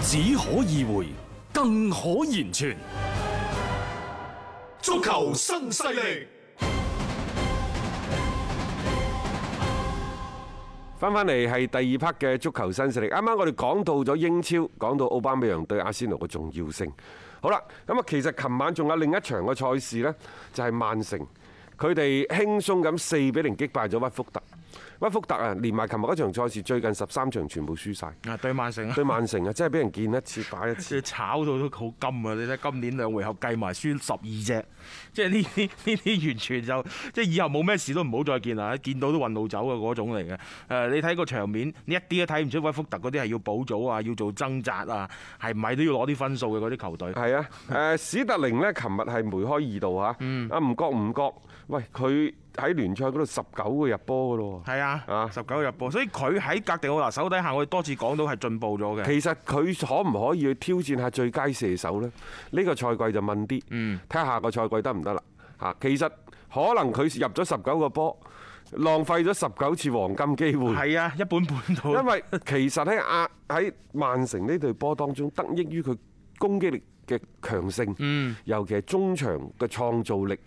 只可意會，更可言傳。足球新勢力。翻翻嚟係第二 part 嘅足球新勢力。啱啱我哋講到咗英超，講到奧巴美揚對阿仙奴嘅重要性。好啦，咁啊，其實琴晚仲有另一場嘅賽事呢，就係曼城，佢哋輕鬆咁四比零擊敗咗屈福特。屈福特啊，連埋琴日嗰場賽事，最近十三場全部輸晒。 啊，對曼城啊，對曼城啊，真係俾人見一次打一次。要炒到都好金啊！你睇今年兩回合計埋輸十二隻，即係呢啲呢啲完全就即係以後冇咩事都唔好再見啦，見到都暈路走嘅嗰種嚟嘅。誒，你睇個場面，你一啲都睇唔出威福特嗰啲係要補組啊，要做掙扎啊，係咪都要攞啲分數嘅嗰啲球隊？係啊，誒史特靈呢，琴日係梅開二度嚇，啊唔覺唔覺，喂佢喺聯賽嗰度十九個入波嘅咯喎。係啊啊，十九個入波，所以佢喺格迪奧拿手底下，我哋多次講到係進步咗嘅。其實佢可唔可以去挑戰下最佳射手呢？呢、個賽季就問啲，睇下下個賽季得唔得啦嚇。其實可能佢入咗十九個波，浪費咗十九次黃金機會。係啊，一本半到。因為其實喺亞喺曼城呢隊波當中，得益於佢攻擊力嘅強盛，尤其係中場嘅創造力，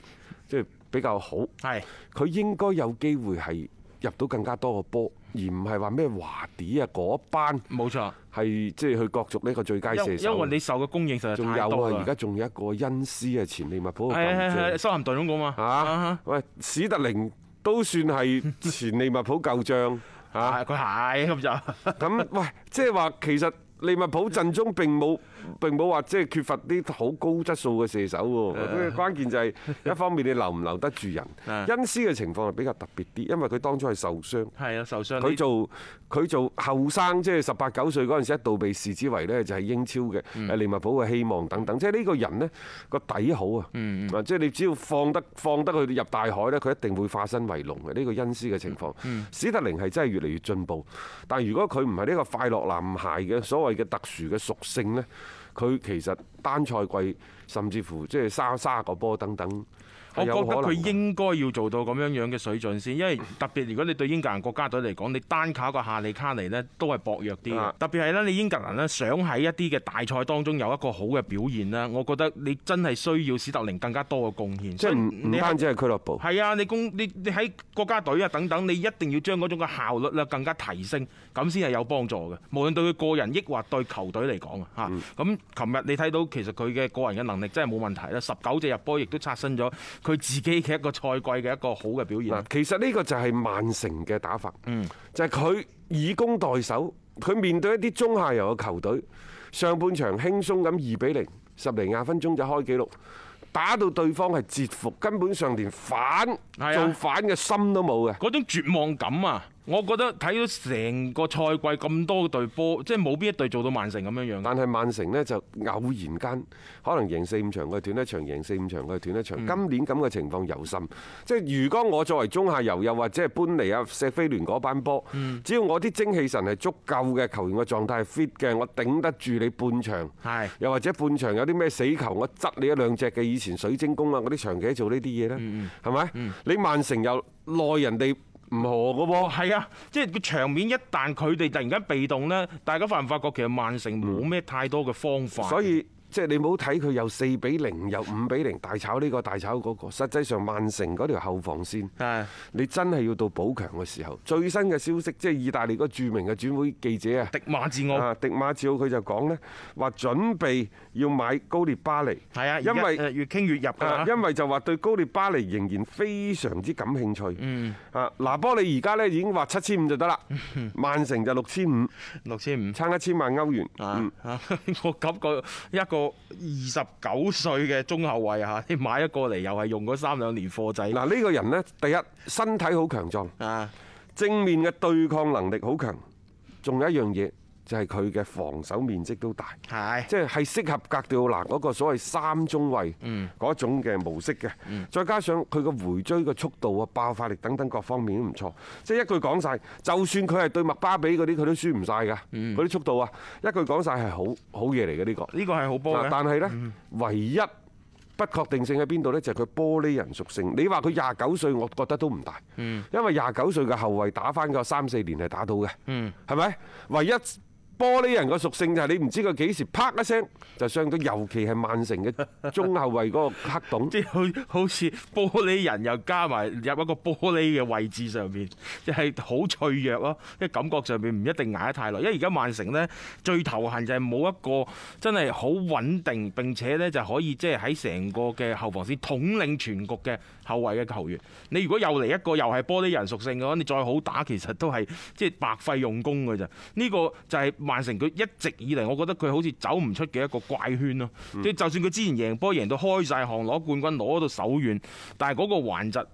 即係比較好。係。佢應該有機會係入到更加多個波，而唔係話咩華迪啊嗰班。冇錯，係即係去角逐呢個最佳因射手。啊因為你受嘅供應實在仲太有多啊，而啦。家仲有一個恩斯啊，前利物浦嘅係係係，啊舊將修咸頓嗰個嘛。嚇，喂史特靈都算 係前利物浦舊將啊，嚇。佢係咁就。咁喂，即係話其實利物浦陣中並 冇並冇話即係缺乏啲好高質素嘅射手 喎。啊關鍵就係一方面你留唔留得住人，啊恩斯嘅情況係比較特別啲，因為佢當初係受傷。係啊，受傷佢做佢做後生，即係十八九歲嗰陣時，一度被視之為呢就係英超嘅嗯誒利物浦嘅希望等等。即係呢個人呢個底好啊，嗯啊即係你只要放得放得佢入大海呢，佢一定會化身為龍嘅呢個恩師嘅情況。嗯史特靈係真係越嚟越進步，但係如果佢唔係呢個快樂男孩嘅所謂嘅特殊嘅屬性呢，佢其實單賽季甚至乎即係沙沙個波等等，我係覺有得可能佢嘅應該要做到咁樣樣嘅水準先，因為特別如果你對英格蘭國家隊嚟講，你單靠一個夏利卡尼呢都係薄弱啲嘅啊。特別係呢，你英格蘭呢想喺一啲嘅大賽當中有一個好嘅表現啦，我覺得你真係需要史特靈更加多嘅貢獻。即係唔所以唔你單止係俱樂部。係啊，你公你你喺國家隊啊等等，你一定要將嗰種嘅效率咧更加提升，咁先係有幫助嘅。無論對佢個人，抑或對球隊嚟講啊，嚇。咁琴日你睇到其實佢嘅個人嘅能力真係冇問題啦，十九隻入波亦都刷新咗佢自己嘅一個賽季嘅一個好嘅表現嗯嗱。，其實呢個就係曼城嘅打法，就係佢以攻代守，佢面對一啲中下游嘅球隊，上半場輕鬆咁二比零，十零廿分鐘就開紀錄。打到對方係折服，根本上連反啊做反嘅心都冇嘅。嗰種絕望感啊，我覺得睇到成個賽季咁多隊波，即係冇邊一隊做到曼城咁樣樣。啊但係曼城呢，就偶然間可能贏四五場佢斷一場，贏四五場佢斷一場。今年咁嘅情況尤甚，即係如果我作為中下游又或者係搬嚟啊石飛聯嗰班波，只要我啲精氣神係足夠嘅，球員嘅狀態係 fit 嘅，我頂得住你半場。係又或者半場有啲咩死球，我執你一兩隻嘅。以前水晶宮啊，嗰啲長期都做呢啲嘢呢，係咪？你曼城又耐人哋唔何嘅喎。係啊，即係個場面一旦佢哋突然間被動呢，大家發唔發覺其實曼城冇咩太多嘅方法？所以即係你冇睇佢又四比零，又五比零大炒呢個大炒嗰個，實際上曼城嗰條後防線。係你真係要到補強嘅時候，最新嘅消息即係意大利嗰個著名嘅轉會記者啊，迪馬治奧啊迪馬照佢就講呢，話準備要買高列巴黎，係啊，而家因為誒越傾越入㗎啊啦，因為就話對高列巴黎仍然非常之感興趣。嗯，啊，拿波利而家呢已經話七千五就得啦，嗯曼城就六千五，六千五。差一千萬歐元。啊 嗯，！我感覺一個二十九歲嘅中後衞嚇， 你買一個嚟又係用嗰三兩年貨仔。嗱呢個人呢，第一身體好強壯，啊，正面嘅對抗能力好強，仲有一樣嘢就係佢嘅防守面積都大。係即係係適合格調拿嗰個所謂三中衞嗰種嘅模式嘅，再加上佢個回追嘅速度啊、爆發力等等各方面都唔錯，即係一句講晒，就算佢係對麥巴比嗰啲，佢都輸唔晒㗎，嗰啲速度啊，一句講晒係好好嘢嚟嘅呢個。呢個係好波嗱，嘅。啊嗯但係呢，唯一不確定性喺邊度呢？就係佢玻璃人屬性。你話佢廿九歲，我覺得都唔大，嗯因為廿九歲嘅後衞打翻個三四年係打到嘅，嗯係咪？唯一玻璃人個屬性就係你唔知佢幾時啪一聲就上到，尤其係曼城嘅中後衞嗰個黑 洞。 即係好好似玻璃人又加埋入一個玻璃嘅位置上面， 即係好脆弱咯。即係感覺上面唔一定捱得太耐，因為而家曼城呢，最頭痕就係冇一個真係好穩定並且呢就可以即係喺成個嘅後防線統領全局嘅後衞嘅球員。你如果又嚟一個又係玻璃人屬性嘅話，你再好打其實都係即係白費用功㗎咋。呢個就係曼城佢一直以嚟，我覺得佢好似走唔出嘅一個怪圈咯。即係就算佢之前贏波贏到開晒項攞冠軍攞到手軟，但係嗰個環節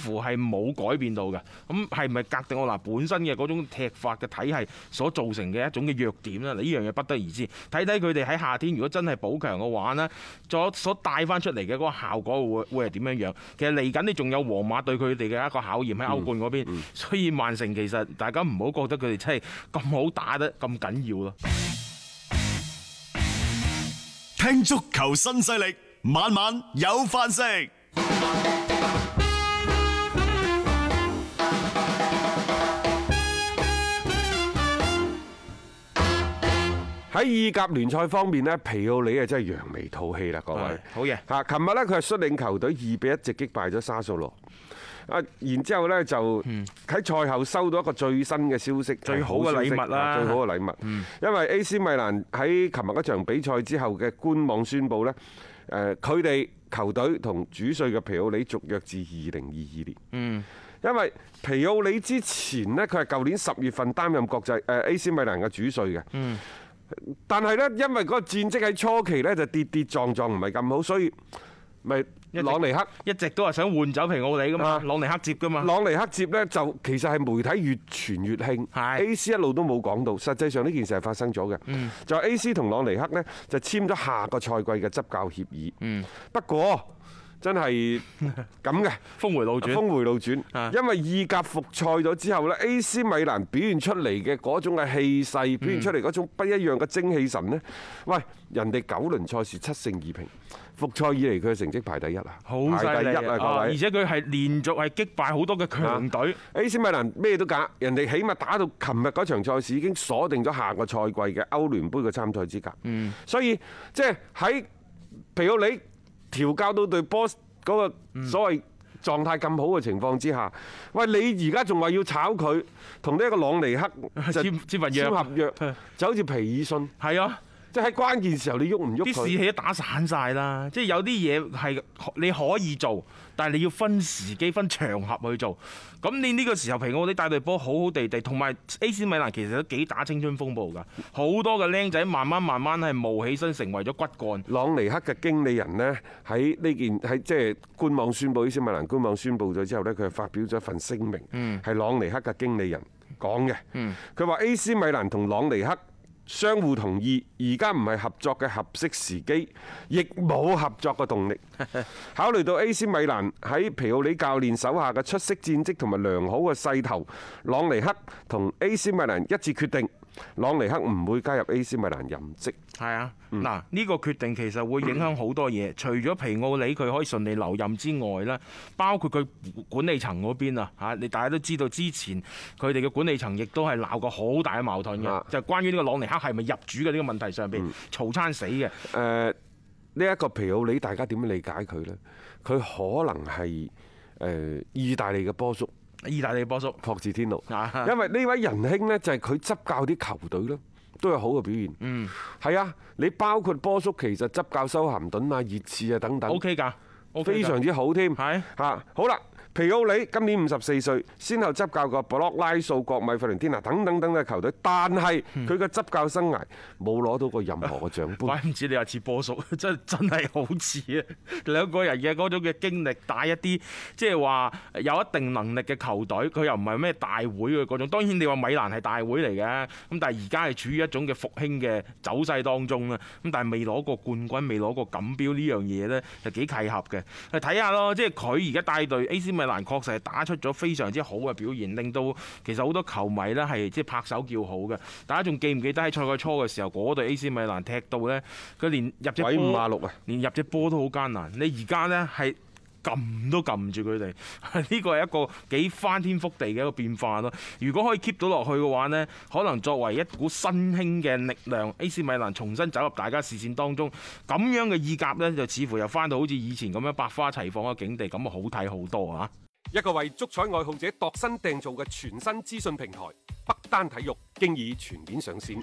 似乎係冇改變到嘅。咁係咪格迪奧拿本身嘅嗰種踢法嘅體系所造成嘅一種嘅弱點呢？呢樣嘢不得而知。睇睇佢哋喺夏天如果真係補強嘅話呢，嗯所所帶翻出嚟嘅嗰個效果會會係點樣樣？其實嚟緊你仲有皇馬對佢哋嘅一個考驗喺歐冠嗰邊，嗯所以曼城其實大家唔好覺得佢哋真係咁好打得咁緊要咯。嗯聽足球新勢力，晚晚有飯食。喺意甲聯賽方面呢，皮奧里啊真係揚眉吐氣啦，各位係。好嘢嚇，琴日呢，佢係率領球隊二比一直擊敗咗沙素羅。啊，然之後呢，就喺賽後收到一個最新嘅消息，嗯最好嘅禮係好消物啦嗯息啊最好嘅禮物。因為 AC 米蘭喺琴日嗰場比賽之後嘅官網宣布呢，誒佢哋球隊同主帥嘅皮奧里續約至二零二二年。嗯因為皮奧里之前呢，佢係舊年十月份擔任國際誒 AC 米蘭嘅主帥嘅。但係呢，因為嗰個戰績喺初期呢，就跌跌撞撞，唔係咁好，所以咪一直朗尼克。一直都係想換走皮奧利噶嘛，啊朗尼克接噶嘛。朗尼克接呢，就其實係媒體越傳越興係嗯，A.C. 一路都冇講到，實際上呢件事係發生咗嘅。就 A.C. 同朗尼克呢，就簽咗下個賽季嘅執教協嗯議。不過真係咁嘅。峰回路轉，峰回路轉啊，因為意甲復賽咗之後呢 AC 米蘭表現出嚟嘅嗰種嘅氣勢，表現出嚟嗰種不一樣嘅精氣神呢，喂，人哋九輪賽事七勝二平，復賽以嚟佢嘅成績排第一啊，好犀排第利一啊，啊各而位。啊且佢係連續係擊敗好多嘅強隊， AC 米蘭咩都假，人哋起碼打到琴日嗰場賽事已經鎖定咗下個賽季嘅歐聯杯嘅參賽資格。所以即係喺皮奧里調教到對波嗰個所謂狀態咁好嘅情況之下，喂，你而家仲話要炒佢，同呢一個朗尼克就 簽簽份約簽合約，就好似皮爾遜，係啊。即係喺關鍵時候你喐唔喐啲士佢？氣都打散晒啦，即係有啲嘢係你可以做，但係你要分時機、分場合去做。咁你呢個時候，皮奧利帶隊波好好地地，同埋 AC 米蘭其實都幾打青春風暴㗎，好多嘅僆仔慢慢慢慢係冒起身，成為咗骨幹。朗尼克嘅經理人呢，喺呢件喺即係官網宣布，伊斯米蘭官網宣布咗之後呢，佢係發表咗一份聲明，係、朗尼克嘅經理人講嘅。佢話 AC 米蘭同朗尼克相互同意，而家唔係合作嘅合適時機，亦冇合作嘅動力。考慮到 AC 米蘭喺皮奧里教練手下嘅出色戰績同埋良好嘅勢頭，朗尼克同 AC 米蘭一致決定。朗尼克唔會加入 AC 米蘭任職。係啊，嗯嗱呢個決定其實會影響好多嘢，除咗皮奧里佢可以順利留任之外咧，包括佢管理層嗰邊啊嚇，你大家都知道之前佢哋嘅管理層亦都係鬧過好大嘅矛盾啊嗯嘅，就係關於呢個朗尼克係咪入主嘅呢個問題上邊嘈餐死嘅，誒呃呢一個皮奧里，大家點樣理解佢呢？佢可能係誒、呃意大利嘅波叔意大利波叔霍治天奴，啊因為呢位仁兄呢，就係佢執教啲球隊咧。都有好嘅表現，嗯，係啊，你包括波叔其實執教修咸頓啊、熱刺啊等等 OK 㗎，OK 㗎非常之好添，係嚇好啦。皮奧里今年五十四歲，先後執教過博洛拉素、國米、費倫天拿等等等嘅球隊，但係佢嘅執教生涯冇攞到過任何嘅獎杯怪。唔知你又似波叔， 真真係好似啊！ 兩個人嘅嗰種嘅經歷，帶一啲即係話有一定能力嘅球隊，佢又唔係咩大會嘅嗰種。當然你話米蘭係大會嚟嘅，咁但係而家係處於一種嘅復興嘅走勢當中啦。咁但係未攞過冠軍，未攞過錦標呢樣嘢呢，就幾契合嘅。去睇下咯，即係佢而家帶隊 AC 米蘭確實係打出咗非常之好嘅表現，令到其實好多球迷呢係即係拍手叫好嘅。大家仲記唔記得喺賽季初嘅時候，嗰隊 AC 米蘭踢到呢，佢連入只鬼五馬波，六啊！連入只波都好艱難。你而家呢係。撳都撳唔住佢哋， 呢個係一個幾翻天覆地嘅一個變化咯。如果可以 keep 到落去嘅話呢，可能作為一股新興嘅力量，AC 米蘭重新走入大家視線當中，咁樣嘅意甲呢，就似乎又翻到好似以前咁樣百花齊放嘅境地，咁啊好睇好多啊！一個為足彩愛好者度身訂造嘅全新資訊平台北單體育，經已全面上線。